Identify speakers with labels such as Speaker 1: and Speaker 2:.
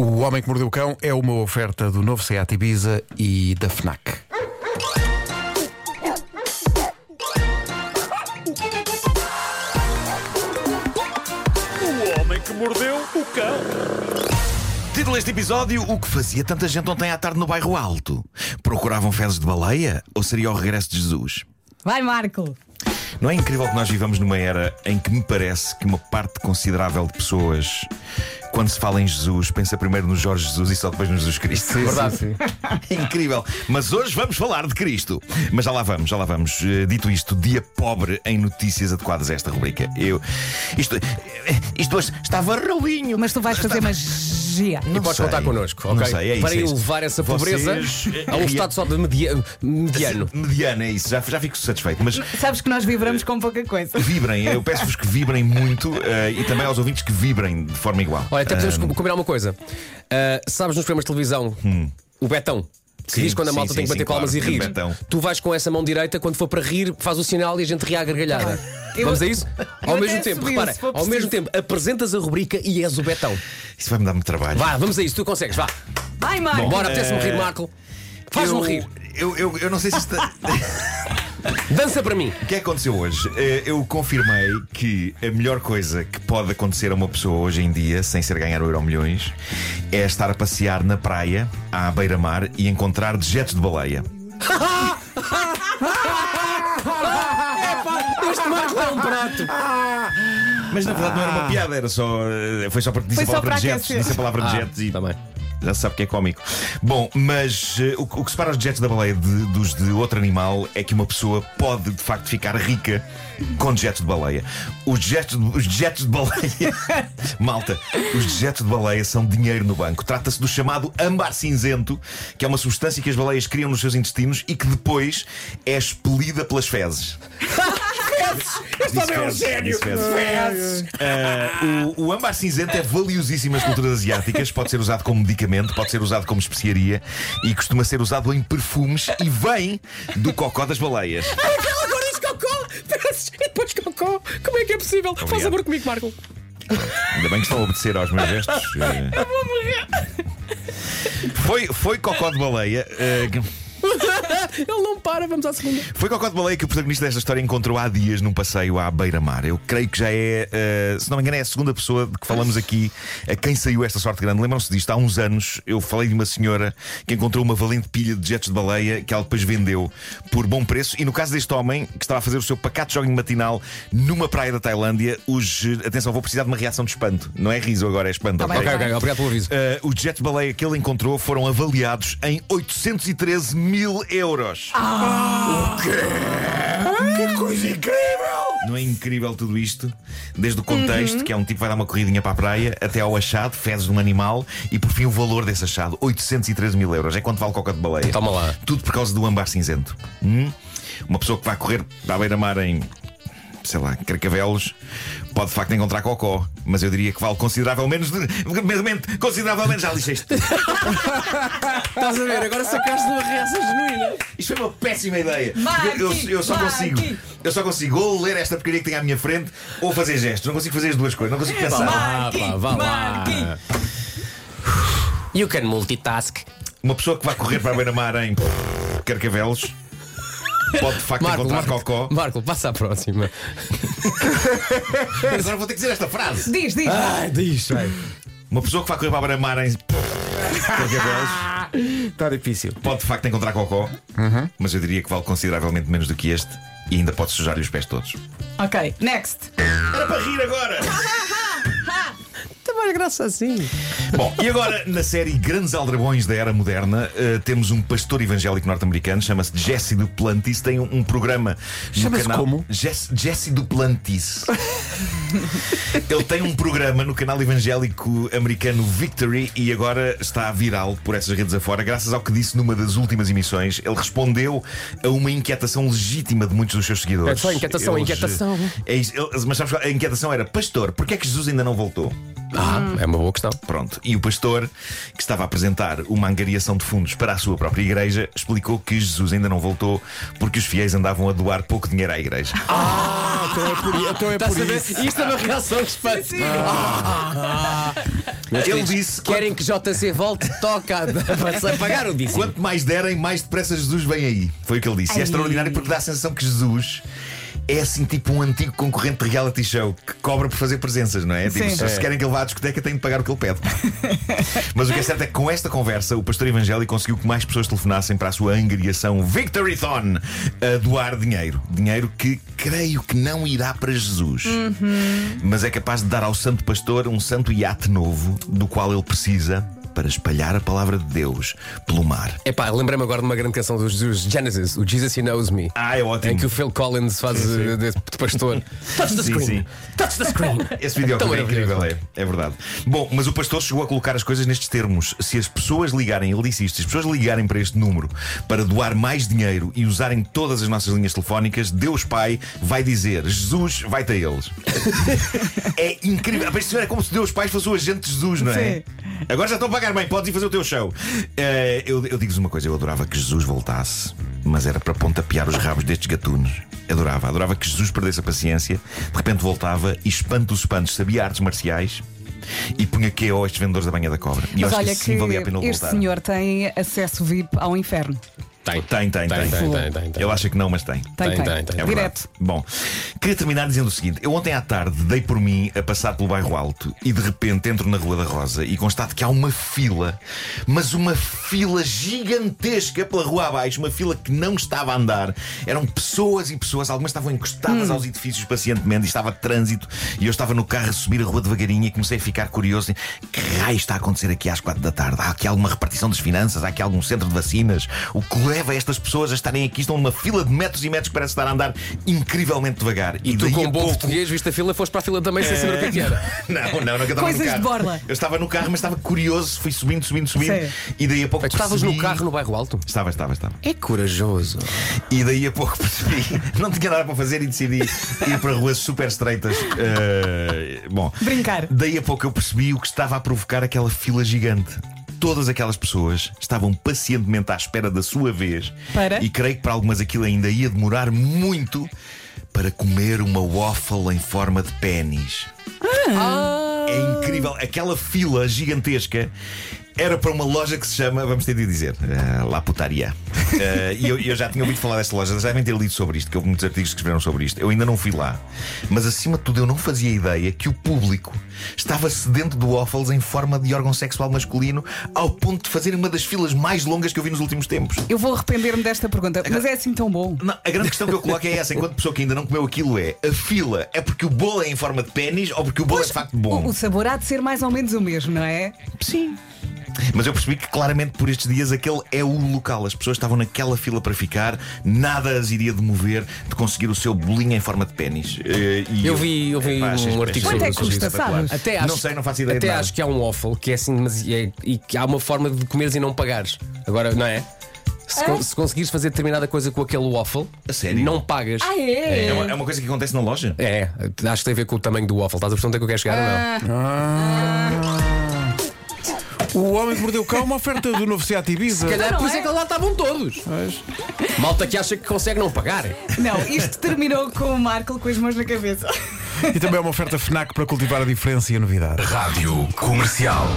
Speaker 1: Homem que Mordeu o Cão é uma oferta do novo Seat Ibiza e da FNAC.
Speaker 2: O homem que mordeu o cão.
Speaker 3: Título deste episódio: O que fazia tanta gente ontem à tarde no bairro Alto? Procuravam fezes de baleia ou seria o regresso de Jesus?
Speaker 4: Vai, Marco!
Speaker 3: Não é incrível que nós vivamos numa era em que me parece que uma parte considerável de pessoas, quando se fala em Jesus, pensa primeiro no Jorge Jesus e só depois no Jesus Cristo. Verdade. É incrível. Mas hoje vamos falar de Cristo. Mas já lá vamos, já lá vamos. Eh, Dito isto, dia pobre em notícias adequadas a esta rubrica. Eu. Isto, eh, isto hoje estava rolinho.
Speaker 4: Mas tu vais fazer magia.
Speaker 5: E podes
Speaker 3: sei.
Speaker 5: contar connosco,
Speaker 3: Não
Speaker 5: ok?
Speaker 3: sei, é isso,
Speaker 5: Para
Speaker 3: é isso.
Speaker 5: elevar essa pobreza
Speaker 3: Vocês- eh,
Speaker 5: a um estado só de media- mediano.
Speaker 3: Mediano, é isso. Já, já fico satisfeito. Mas
Speaker 4: Sabes que nós vibramos com pouca coisa.
Speaker 3: vibrem, eu peço-vos que vibrem muito eh, e também aos ouvintes que vibrem de forma igual.
Speaker 5: Olha, até podemos
Speaker 3: Ah,
Speaker 5: co- combinar uma coisa. Ah, sabes nos programas de televisão, o Betão, que
Speaker 3: Sim,
Speaker 5: diz quando a
Speaker 3: sim,
Speaker 5: malta
Speaker 3: sim,
Speaker 5: tem que
Speaker 3: sim,
Speaker 5: bater palmas
Speaker 3: claro,
Speaker 5: e rir.
Speaker 3: Betão.
Speaker 5: Tu vais com essa mão direita, quando for para rir, faz o sinal e a gente ri à gargalhada.
Speaker 4: Eu-
Speaker 5: Vamos a isso? Ao
Speaker 4: até
Speaker 5: mesmo tempo,
Speaker 4: assobio,
Speaker 5: repara,
Speaker 4: se for
Speaker 5: ao
Speaker 4: preciso.
Speaker 5: mesmo tempo apresentas a rubrica e és o Betão.
Speaker 3: Isso vai-me dar muito trabalho.
Speaker 5: Vá, vamos a isso, tu consegues, vá.
Speaker 4: Vai, Marco!
Speaker 5: Bora, apetece-me rir, Marco. Faz-me
Speaker 3: Eu-
Speaker 5: rir.
Speaker 3: Eu, eu, eu não sei se isto.
Speaker 5: Dança para mim.
Speaker 3: O que é que aconteceu hoje? Eh, Eu confirmei que a melhor coisa que pode acontecer a uma pessoa hoje em dia, sem ser ganhar o Euro Milhões, é estar a passear na praia, à beira-mar, e encontrar dejetos de baleia.
Speaker 5: Este Marco é um prato.
Speaker 3: Mas na verdade não era uma piada, era só. eh, Foi só para disse
Speaker 4: Foi
Speaker 3: a
Speaker 4: só
Speaker 3: palavra
Speaker 4: para
Speaker 3: dejetos.
Speaker 4: aquecer.
Speaker 3: Disse a palavra dejetos e.
Speaker 5: Tá bem.
Speaker 3: Já se sabe que é cómico. Bom, mas eh, o, que- o que separa os dejetos da baleia de- dos de outro animal é que uma pessoa pode de facto ficar rica com dejetos de baleia. Os dejetos de, os dejetos de baleia. Malta, os dejetos de baleia são dinheiro no banco. Trata-se do chamado âmbar cinzento, que é uma substância que as baleias criam nos seus intestinos e que depois é expelida pelas fezes. Este homem é um gênio! Ah, o, o âmbar cinzento é valiosíssimo nas culturas asiáticas, pode ser usado como medicamento, pode ser usado como especiaria e costuma ser usado em perfumes e vem do cocó das baleias.
Speaker 5: Ah, é Ela agora diz cocó, peças e depois cocó. Como é que é possível? Faz amor comigo, Marco.
Speaker 3: Ainda bem que estão a obedecer aos meus gestos. eh, Eu vou morrer. Foi, foi cocó de baleia. eh, que-
Speaker 5: Ele não para, vamos à segunda.
Speaker 3: Foi Cocó de Baleia que o protagonista desta história encontrou há dias num passeio à beira-mar. Eu creio que já é, eh, se não me engano, é a segunda pessoa de que falamos aqui a quem saiu esta sorte grande. Lembram-se disto? Há uns anos eu falei de uma senhora que encontrou uma valente pilha de dejetos de baleia que ela depois vendeu por bom preço. E no caso deste homem, que estava a fazer o seu pacato joguinho matinal numa praia da Tailândia, os. Atenção, vou precisar de uma reação de espanto. Não é riso agora, é espanto.
Speaker 4: Tá bem,
Speaker 3: ok?
Speaker 5: Ok, ok, obrigado pelo aviso.
Speaker 3: Eh, os dejetos de baleia que ele encontrou foram avaliados em 813 mil euros. Que coisa incrível! Não é incrível tudo isto? Desde o contexto, que é um tipo que vai dar uma corridinha para a praia, até ao achado, fezes de um animal e por fim o valor desse achado, 813 mil euros. É quanto vale coca de baleia.
Speaker 5: Toma lá.
Speaker 3: Tudo por causa do âmbar cinzento. Hum? Uma pessoa que vai correr à beira-mar em. Sei lá, carcavelos, pode de facto encontrar cocó, mas eu diria que vale consideravelmente. Consideravelmente, consideravelmente já lixei isto.
Speaker 5: Estás a ver, agora sacaste uma reação genuína.
Speaker 3: Isto foi uma péssima ideia.
Speaker 4: Marque,
Speaker 3: eu, eu só
Speaker 4: marque.
Speaker 3: consigo. Eu só consigo ou ler esta porcaria que tenho à minha frente ou fazer gestos. Não consigo fazer as duas coisas, não
Speaker 4: É,
Speaker 3: consigo pensar.
Speaker 4: Marco!
Speaker 5: pá, vá lá.
Speaker 4: Marco!
Speaker 5: You can multitask.
Speaker 3: Uma pessoa que vai correr para a beira-mar em Carcavelos pode de facto encontrar cocó.
Speaker 5: Marco, passa à próxima.
Speaker 3: É, Agora vou ter que dizer esta frase.
Speaker 4: Diz, diz!
Speaker 5: Ah, diz, vai.
Speaker 3: Uma pessoa que vai correr para a beira-mar em Carcavelos
Speaker 5: Tá
Speaker 1: Está difícil.
Speaker 3: pode de facto encontrar cocó,
Speaker 5: Uhum.
Speaker 3: mas eu diria que vale consideravelmente menos do que este e ainda pode sujar-lhe os pés todos.
Speaker 4: Ok, next!
Speaker 3: Era para rir agora!
Speaker 5: Está mais graça assim.
Speaker 3: Bom, e agora na série Grandes Aldrabões da Era Moderna eh, temos um pastor evangélico norte-americano, chama-se Jesse Duplantis, tem um, um programa no
Speaker 1: Chama-se
Speaker 3: canal.
Speaker 1: como?
Speaker 3: Jesse, Jesse Duplantis. Ele tem um programa no canal evangélico americano Victory e agora está viral por essas redes afora, graças ao que disse numa das últimas emissões. Ele respondeu a uma inquietação legítima de muitos dos seus seguidores.
Speaker 5: É só inquietação,
Speaker 3: Eles,
Speaker 5: inquietação.
Speaker 3: eh, é isso. Eles- mas sabes, qual? a inquietação era: Pastor, porquê é que Jesus ainda não voltou?
Speaker 6: Ah, é uma boa questão.
Speaker 3: Pronto. E o pastor, que estava a apresentar uma angariação de fundos para a sua própria igreja, explicou que Jesus ainda não voltou porque os fiéis andavam a doar pouco dinheiro à igreja.
Speaker 6: Ah,
Speaker 1: Então é por, então é
Speaker 6: Está a saber? Isto é uma reação de espanto. Meus
Speaker 3: Ele
Speaker 6: queridos,
Speaker 3: disse-
Speaker 6: Querem que JC volte? Toca a a pagar o dízimo.
Speaker 3: Quanto mais derem, mais depressa Jesus vem aí. Foi o que ele disse. E é extraordinário porque dá a sensação que Jesus. É assim tipo um antigo concorrente de reality show que cobra por fazer presenças, não é? Tipo,
Speaker 4: Sim.
Speaker 3: se, se querem que ele vá à discoteca, têm de pagar o que ele pede. Mas o que é certo é que com esta conversa, o pastor evangélico conseguiu que mais pessoas telefonassem para a sua angriação Victorython a doar dinheiro. Dinheiro que creio que não irá para Jesus, mas é capaz de dar ao santo pastor um santo iate novo do qual ele precisa para espalhar a palavra de Deus pelo mar.
Speaker 6: Epá, lembrei-me agora de uma grande canção dos, dos Genesis, o Jesus He Knows Me.
Speaker 3: Ah, é ótimo.
Speaker 6: Em que o Phil Collins faz de, de- de pastor. Touch the
Speaker 3: Sim,
Speaker 6: screen!
Speaker 3: sim.
Speaker 6: Touch the screen!
Speaker 3: Esse videoclipe é
Speaker 6: Tão maravilhoso.
Speaker 3: incrível, é, é verdade. Bom, mas o pastor chegou a colocar as coisas nestes termos. Se as pessoas ligarem, ele disse isto, se as pessoas ligarem para este número para doar mais dinheiro e usarem todas as nossas linhas telefónicas, Deus Pai vai dizer: Jesus vai-te a eles. é incrível. Mas, senhor, é como se Deus Pai fosse o agente de Jesus, não é?
Speaker 4: Sim.
Speaker 3: Agora já estão a pagar bem, podes ir fazer o teu show. Eh, eu eu digo-vos uma coisa: eu adorava que Jesus voltasse, mas era para pontapear os rabos destes gatunos. Adorava, adorava que Jesus perdesse a paciência, de repente voltava e espanto os espantos, sabia artes marciais e punha QO a estes vendedores da banha da cobra. E eu
Speaker 4: Mas
Speaker 3: acho que
Speaker 4: olha
Speaker 3: isso sim valia a pena ele
Speaker 4: este
Speaker 3: voltar.
Speaker 4: senhor tem acesso VIP ao inferno.
Speaker 6: Tem,
Speaker 3: Tem, tem, tem.
Speaker 6: tem, tem, tem, tem.
Speaker 3: Ele acha que não, mas tem.
Speaker 4: Tem,
Speaker 6: Tem,
Speaker 4: tem.
Speaker 6: tem, tem.
Speaker 3: É verdade.
Speaker 4: Direto.
Speaker 3: Bom, queria terminar dizendo o seguinte: eu ontem à tarde dei por mim a passar pelo bairro Alto e de repente entro na Rua da Rosa e constato que há uma fila, mas uma fila gigantesca pela rua abaixo, uma fila que não estava a andar. Eram pessoas e pessoas, algumas estavam encostadas aos edifícios pacientemente e estava trânsito e eu estava no carro a subir a rua devagarinho e comecei a ficar curioso: que raio está a acontecer aqui às quatro da tarde? Há aqui alguma repartição das finanças? Há aqui algum centro de vacinas? O que leva estas pessoas a estarem aqui? Estão numa fila de metros e metros que parece estar a andar incrivelmente devagar.
Speaker 6: E tu,
Speaker 3: daí
Speaker 6: com
Speaker 3: a
Speaker 6: um bom
Speaker 3: pouco-
Speaker 6: português, viste a fila, foste para a fila também sem saber o que é que era.
Speaker 3: Não, não, não, que eu estava
Speaker 4: Coisas
Speaker 3: no
Speaker 4: de
Speaker 3: carro.
Speaker 4: borla.
Speaker 3: Eu estava no carro, mas estava curioso, fui subindo, subindo, subindo.
Speaker 4: Sim.
Speaker 3: E daí a pouco.
Speaker 6: Mas É tu estavas
Speaker 3: É percebi-
Speaker 6: no carro no bairro alto?
Speaker 3: Estava, estava, estava.
Speaker 6: É corajoso.
Speaker 3: E daí a pouco percebi, não tinha nada para fazer e decidi ir para ruas super estreitas. eh, bom,
Speaker 4: Brincar.
Speaker 3: Daí a pouco eu percebi o que estava a provocar aquela fila gigante. Todas aquelas pessoas estavam pacientemente à espera da sua vez.
Speaker 4: Para?
Speaker 3: E creio que para algumas aquilo ainda ia demorar muito para comer uma waffle em forma de pênis. É incrível. Aquela fila gigantesca era para uma loja que se chama, vamos ter de dizer, eh, La Putaria. Eh, E eu, eu já tinha ouvido falar desta loja, já devem ter lido sobre isto, que houve muitos artigos que escreveram sobre isto. Eu ainda não fui lá. Mas acima de tudo, eu não fazia ideia que o público estava sedento de waffles em forma de órgão sexual masculino ao ponto de fazer uma das filas mais longas que eu vi nos últimos tempos.
Speaker 4: Eu vou arrepender-me desta pergunta,
Speaker 3: Então,
Speaker 4: mas é assim tão bom.
Speaker 3: Não, a grande questão que eu coloco é essa, enquanto pessoa que ainda não comeu aquilo é a fila é porque o bolo é em forma de pênis ou porque o bolo é de facto bom?
Speaker 4: O, o sabor há de ser mais ou menos o mesmo, não é?
Speaker 3: Sim. Mas eu percebi que claramente por estes dias aquele é o local. As pessoas estavam naquela fila para ficar, nada as iria demover de conseguir o seu bolinho em forma de pênis. Eh, e
Speaker 6: Eu vi- eu vi
Speaker 3: achei
Speaker 6: um artigo
Speaker 3: espetacular.
Speaker 6: sobre Quanto é
Speaker 4: que custa, sabes?
Speaker 6: Até
Speaker 3: Não
Speaker 6: acho,
Speaker 3: sei, não faço ideia de
Speaker 6: Até
Speaker 3: nada.
Speaker 6: acho que há um waffle que é assim, mas é, e que há uma forma de comeres e não pagares. Agora, não é? Se, con- se conseguires fazer determinada coisa com aquele waffle,
Speaker 3: A sério?
Speaker 6: não pagas.
Speaker 4: Ah,
Speaker 3: É uma, é uma coisa que acontece na loja?
Speaker 6: É, acho que tem a ver com o tamanho do waffle. Estás a perceber onde é que eu quero chegar ou não?
Speaker 1: Ah. O homem que mordeu o cão, é uma oferta do novo Seat Ibiza.
Speaker 6: Calhar
Speaker 4: Não
Speaker 6: por isso
Speaker 4: é?
Speaker 6: é que lá estavam todos. Malta que acha que consegue não pagar.
Speaker 4: Não, isto terminou com o Marco com as mãos na cabeça.
Speaker 1: E também é uma oferta FNAC para cultivar a diferença e a novidade.
Speaker 7: Rádio Comercial.